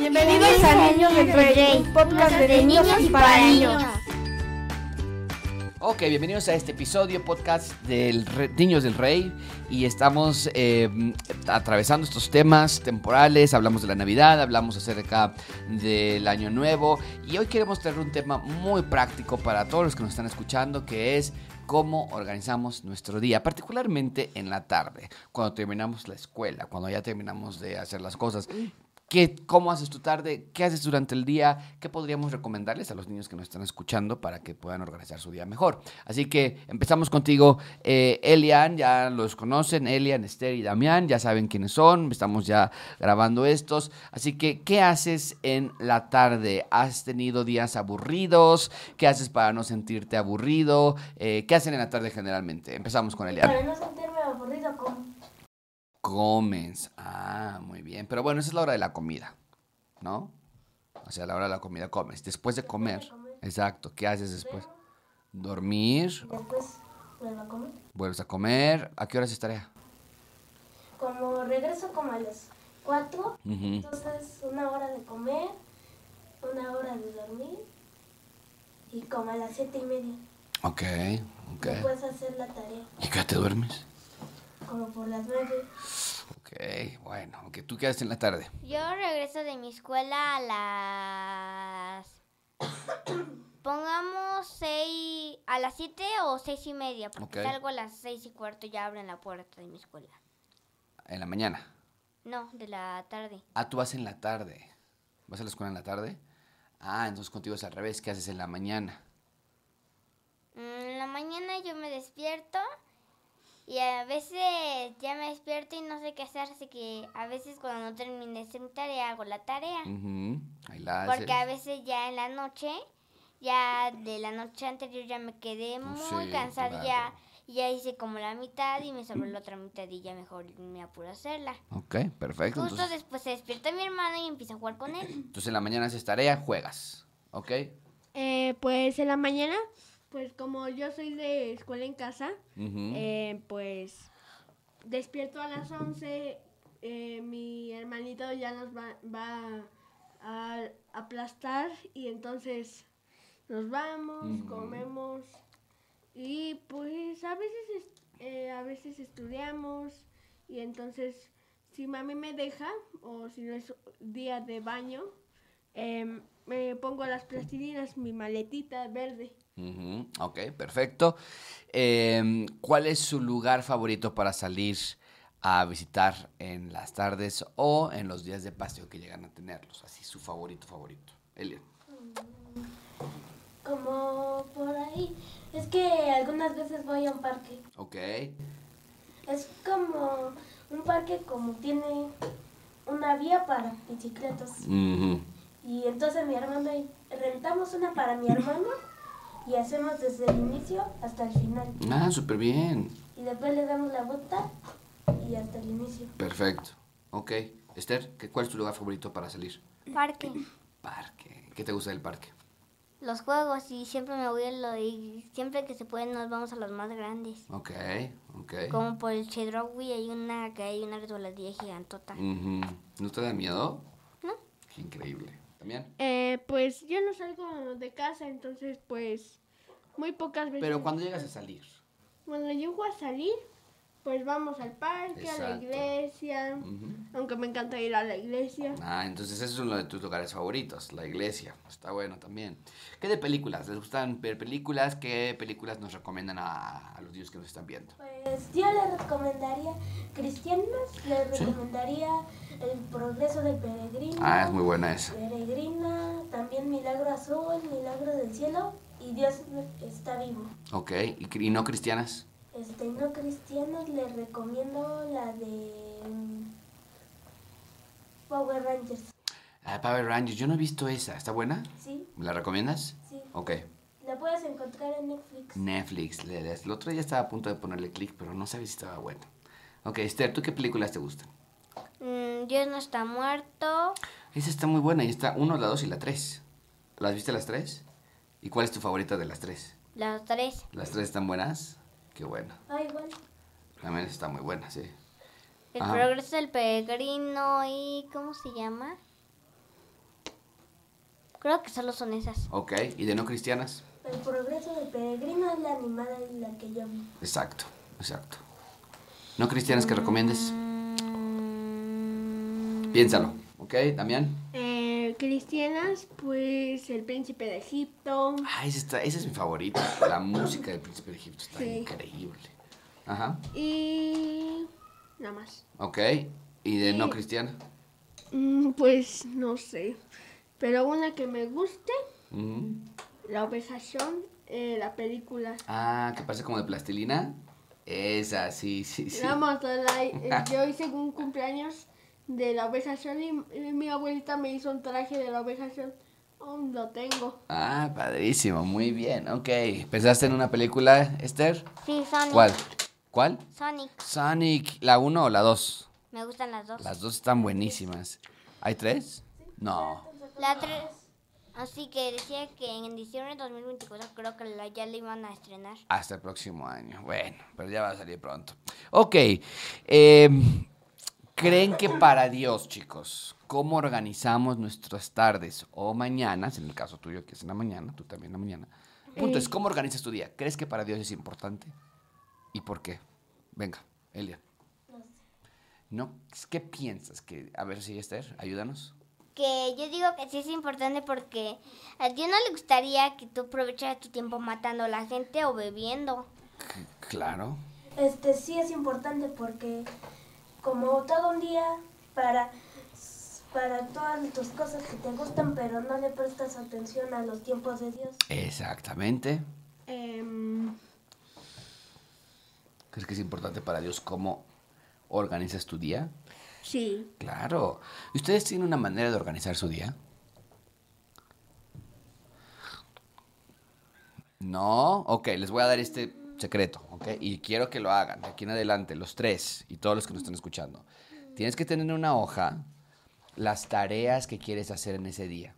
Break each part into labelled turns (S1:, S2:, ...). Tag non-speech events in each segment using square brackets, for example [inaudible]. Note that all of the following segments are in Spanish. S1: Bienvenidos a Niños del Rey, un podcast de niños y para niños.
S2: Ok, bienvenidos a este episodio podcast del Re- Niños del Rey y estamos eh, atravesando estos temas temporales, hablamos de la Navidad, hablamos acerca del Año Nuevo y hoy queremos traer un tema muy práctico para todos los que nos están escuchando que es cómo organizamos nuestro día, particularmente en la tarde, cuando terminamos la escuela, cuando ya terminamos de hacer las cosas. ¿Qué, ¿Cómo haces tu tarde? ¿Qué haces durante el día? ¿Qué podríamos recomendarles a los niños que nos están escuchando para que puedan organizar su día mejor? Así que empezamos contigo, eh, Elian, ya los conocen, Elian, Esther y Damián, ya saben quiénes son, estamos ya grabando estos. Así que, ¿qué haces en la tarde? ¿Has tenido días aburridos? ¿Qué haces para no sentirte aburrido? Eh, ¿Qué hacen en la tarde generalmente? Empezamos con Elian.
S3: Para no sentirme aburrido con...
S2: Comes. Ah, muy bien. Pero bueno, esa es la hora de la comida, ¿no? O sea, la hora de la comida comes. Después de comer. Exacto. ¿Qué haces después? Dormir.
S3: Después me lo comí.
S2: Vuelves a comer. ¿A qué hora es tarea?
S3: Como regreso como a las 4,
S2: Ujú.
S3: entonces una hora de comer, una hora de dormir y como a las siete y media.
S2: Ok, ok.
S3: Después hacer la tarea,
S2: ¿Y a qué hora te duermes?
S3: como por las 9.
S2: Ok, bueno. Ok, ¿Tú qué haces en la tarde?
S4: Yo regreso de mi escuela a las. Pongamos seis. a las siete o seis y media, porque
S2: Ok.
S4: salgo a las seis y cuarto y ya abren la puerta de mi escuela.
S2: En la mañana.
S4: No, de la tarde.
S2: Ah, tú vas en la tarde. ¿Vas a la escuela en la tarde? Ah, entonces contigo es al revés. ¿Qué haces en la mañana?
S4: Mm, En la mañana yo me despierto y a veces ya me despierto y no sé qué hacer, así que a veces cuando no terminé de hacer mi tarea hago la tarea.
S2: Ujú, Ahí la haces.
S4: Porque a veces ya en la noche, ya de la noche anterior ya me quedé
S2: Pues
S4: muy
S2: sí,
S4: cansada
S2: claro.
S4: ya, y ya hice como la mitad y me sobró la otra mitad y ya mejor me apuro a hacerla.
S2: Ok, perfecto.
S4: Justo
S2: entonces-
S4: después se despierta mi hermano y empieza a jugar con él. [coughs]
S2: Entonces en la mañana haces tarea, juegas. ¿Ok?
S5: Eh, pues en la mañana, pues como yo soy de escuela en casa,
S2: Ujú.
S5: eh, pues despierto a las 11, eh, mi hermanito ya nos va, va a aplastar y entonces nos vamos,
S2: Ujú.
S5: comemos y pues a veces, es- eh, a veces estudiamos y entonces si mami me deja o si no es día de baño, em, me pongo las plastilinas, mi maletita verde.
S2: Ujú, Ok, perfecto. Em, ¿Cuál es su lugar favorito para salir a visitar en las tardes o en los días de paseo que llegan a tenerlos? Así, su favorito, favorito. Elian.
S3: Como por ahí. Es que algunas veces voy a un parque.
S2: Ok.
S3: Es como un parque como tiene una vía para bicicletas.
S2: Ujú.
S3: Y entonces mi hermano y rentamos una para mi hermano y hacemos desde el inicio hasta el final.
S2: Ah, súper bien.
S3: Y después le damos la vuelta y hasta el inicio.
S2: Perfecto. Ok. Esther, ¿qué- ¿cuál es tu lugar favorito para salir?
S4: Parque.
S2: Parque. ¿Qué te gusta del parque?
S4: Los juegos y siempre me voy a lo y siempre que se puede nos vamos a los más grandes.
S2: Ok, ok.
S4: Como por el Chedraui hay una que hay una resbaladilla gigantota.
S2: Ujú. ¿No te da miedo?
S4: No.
S2: Qué increíble. ¿También?
S5: Eh, pues yo no salgo de casa, entonces pues muy pocas veces.
S2: Pero cuando llegas a salir.
S5: Cuando llego a salir, pues vamos al parque, a la
S2: Exacto. Mm.
S5: iglesia. Aunque me encanta ir a la iglesia.
S2: Ah, entonces ese es uno de tus lugares favoritos, la iglesia. Está bueno también. ¿Qué de películas? ¿Les gustan ver películas? ¿Qué películas nos recomiendan a, a los niños que nos están viendo?
S3: Pues yo le recomendaría cristianas, le recomendaría el progreso del peregrino.
S2: Ah, es muy buena esa.
S3: Peregrina, también Milagro Azul, Milagro del Cielo y Dios está vivo.
S2: Ok, ¿y, cri- y no cristianas?
S3: Este, no cristianos, les recomiendo la de mm, Power Rangers.
S2: Ah, Power Rangers, yo no he visto esa. ¿Está buena?
S3: Sí,
S2: ¿Me la recomiendas?
S3: sí.
S2: Ok.
S3: La puedes encontrar en Netflix.
S2: Netflix, le das- el otro día estaba a punto de ponerle clic, pero no sabía si estaba buena. Ok, Esther, ¿tú qué películas te gustan?
S4: Mm, Dios no está muerto.
S2: Esa está muy buena, y está uno, la dos y la tres. ¿Las viste las tres? ¿Y cuál es tu favorita de las tres?
S4: Las tres.
S2: ¿Las tres están buenas? Qué bueno.
S3: Ah, igual.
S2: También está muy buena, sí.
S4: El
S2: Ajá.
S4: progreso del peregrino y. ¿Cómo se llama? Creo que solo son esas.
S2: Ok, ¿y de no cristianas?
S3: El progreso del peregrino es la animada y la que yo vi.
S2: Exacto, exacto. ¿No cristianas que recomiendes? Piénsalo, ¿ok, Damián?
S5: Eh, cristianas, pues el príncipe de Egipto.
S2: Ah, ese, está- ese es mi favorito. La música del Príncipe de Egipto está
S5: Sí.
S2: increíble. Ajá,
S5: Y nada más.
S2: ok. ¿Y de no cristiana?
S5: Mm, Pues no sé. Pero una que me guste,
S2: Ujú.
S5: la oveja Sean, eh, la película.
S2: Ah, que parece como de plastilina. Esa, sí, sí, sí.
S5: Vamos, la- eh, yo hice un cumpleaños de la oveja Sean y eh, mi abuelita me hizo un traje de la oveja Sean. Aún lo tengo.
S2: Ah, padrísimo, muy bien, ok. ¿Pensaste en una película, Esther?
S4: Sí, Sonic.
S2: ¿Cuál? ¿Cuál?
S4: Sonic.
S2: Sonic, ¿la 1 o la 2?
S4: Me gustan las dos.
S2: Las dos están buenísimas. ¿Hay tres? No.
S4: La tres. Así que decía que en diciembre de 2024 creo que la- ya la iban a estrenar.
S2: Hasta el próximo año. Bueno, pero ya va a salir pronto. Ok. em, ¿Creen que para Dios, chicos, cómo organizamos nuestras tardes o mañanas, en el caso tuyo que es en la mañana, tú también en la mañana? Punto es, ¿cómo organizas tu día? ¿Crees que para Dios es importante? ¿Y por qué? Venga, Elia. No, ¿qué piensas? Que, a ver si Esther, ayúdanos.
S4: Que yo digo que sí es importante porque a Dios no le gustaría que tú aprovecharas tu tiempo matando a la gente o bebiendo.
S2: C- claro.
S3: Este sí es importante porque como todo un día para para todas tus cosas que te gustan, pero no le prestas atención a los tiempos de Dios.
S2: Exactamente.
S5: Em,
S2: ¿Crees que es importante para Dios cómo organizas tu día?
S5: sí.
S2: Claro. ¿Y ustedes tienen una manera de organizar su día? No, ok, les voy a dar este secreto, ok, y quiero que lo hagan de aquí en adelante, los tres y todos los que nos están escuchando. Tienes que tener en una hoja las tareas que quieres hacer en ese día.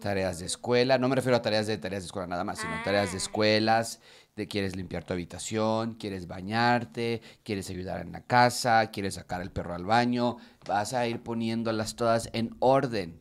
S2: Tareas de escuela, no me refiero a tareas de tareas de escuela nada más, sino tareas de escuelas, de quieres limpiar tu habitación, quieres bañarte, quieres ayudar en la casa, quieres sacar el perro al baño, vas a ir poniéndolas todas en orden,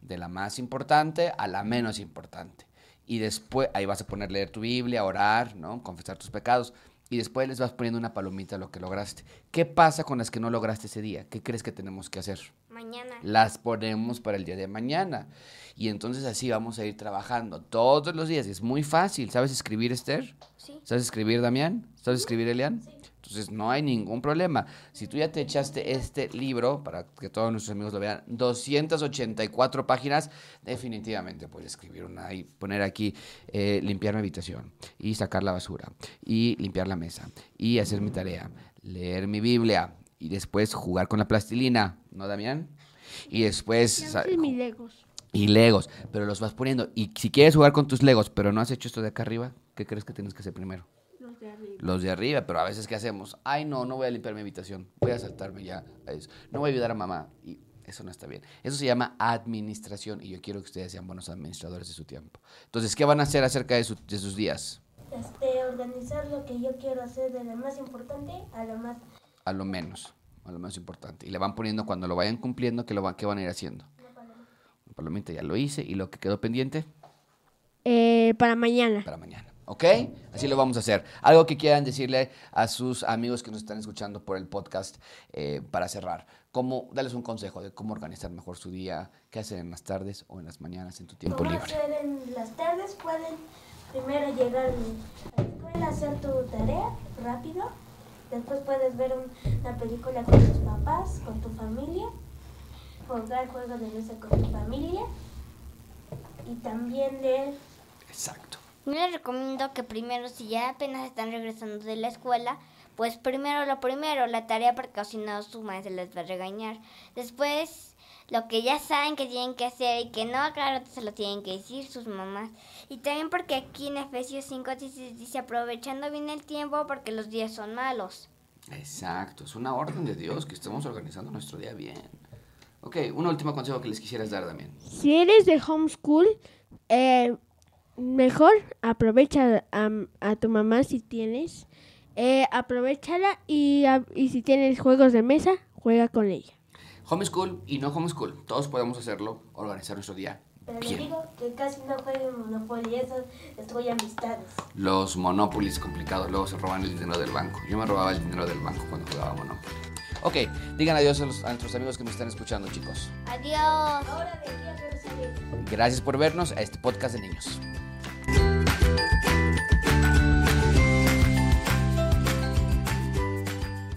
S2: de la más importante a la menos importante. Y después ahí vas a poner leer tu Biblia, orar, ¿no? Confesar tus pecados y después les vas poniendo una palomita a lo que lograste. ¿Qué pasa con las que no lograste ese día? ¿Qué crees que tenemos que hacer?
S4: Mañana.
S2: las ponemos para el día de mañana. Y entonces así vamos a ir trabajando todos los días. Es muy fácil. ¿Sabes escribir, Esther?
S4: Sí.
S2: ¿Sabes escribir, Damián? ¿Sabes escribir, Elian? Entonces no hay ningún problema. Si tú ya te echaste este libro, para que todos nuestros amigos lo vean, 284 páginas, definitivamente puedes escribir una y poner aquí, eh, limpiar mi habitación y sacar la basura y limpiar la mesa y hacer mi tarea, leer mi Biblia y después jugar con la plastilina, ¿no, Damián? Y después...
S5: Ya
S2: sa-
S5: hice mis legos.
S2: y legos, pero los vas poniendo. Y si quieres jugar con tus legos, pero no has hecho esto de acá arriba, ¿qué crees que tienes que hacer primero?
S5: Los de arriba.
S2: Los de arriba, pero a veces ¿qué hacemos? Ay, no, no voy a limpiar mi habitación, voy a saltarme ya. a eso, No voy a ayudar a mamá. Y eso no está bien. Eso se llama administración y yo quiero que ustedes sean buenos administradores de su tiempo. Entonces, ¿qué van a hacer acerca de, su- de sus días?
S3: Este, organizar lo que yo quiero hacer de lo más importante a lo más
S2: A lo menos, a lo menos importante. Y le van poniendo cuando lo vayan cumpliendo, ¿qué, lo va- qué van a ir haciendo? La palomita ya lo hice y lo que quedó pendiente,
S5: Eh, para mañana.
S2: para mañana. ¿Ok? Así lo vamos a hacer. Algo que quieran decirle a sus amigos que nos están escuchando por el podcast eh, para cerrar. ¿Cómo, darles un consejo de cómo organizar mejor su día, qué hacer en las tardes o en las mañanas en tu tiempo
S3: ¿Cómo
S2: libre.
S3: hacer en las tardes? Pueden primero llegar a la escuela, hacer tu tarea rápido. Después puedes ver un- una película con tus papás, con tu familia. Jugar juegos de mesa con tu familia. Y también leer.
S2: Exacto.
S4: Yo les recomiendo que primero, si ya apenas están regresando de la escuela, pues primero lo primero, la tarea porque si no su maestra les va a regañar. Después, lo que ya saben que tienen que hacer y que no, claro, se lo tienen que decir sus mamás. Y también porque aquí en Efesios 5 dice, dice, aprovechando bien el tiempo porque los días son malos.
S2: Exacto. Es una orden de Dios que estemos organizando nuestro día bien. Ok, un último consejo que les quisieras dar también.
S5: Si eres de homeschool, eh, mejor aprovecha a, a tu mamá si tienes. Eh, aprovechala y, a- y si tienes juegos de mesa, juega con ella.
S2: Homeschool y no homeschool. Todos podemos hacerlo, organizar nuestro día
S3: Pero
S2: Bien.
S3: les digo que casi no jueguen Monopoly, eso destruye amistades.
S2: Los Monopolies complicados, luego se roban el dinero del banco. Yo me robaba el dinero del banco cuando jugaba Monopoly. Ok, digan adiós a, los- a nuestros amigos que me están escuchando, chicos.
S4: Adiós.
S3: Ahora de aquí a Jerusalén.
S2: Gracias por vernos a este podcast de niños.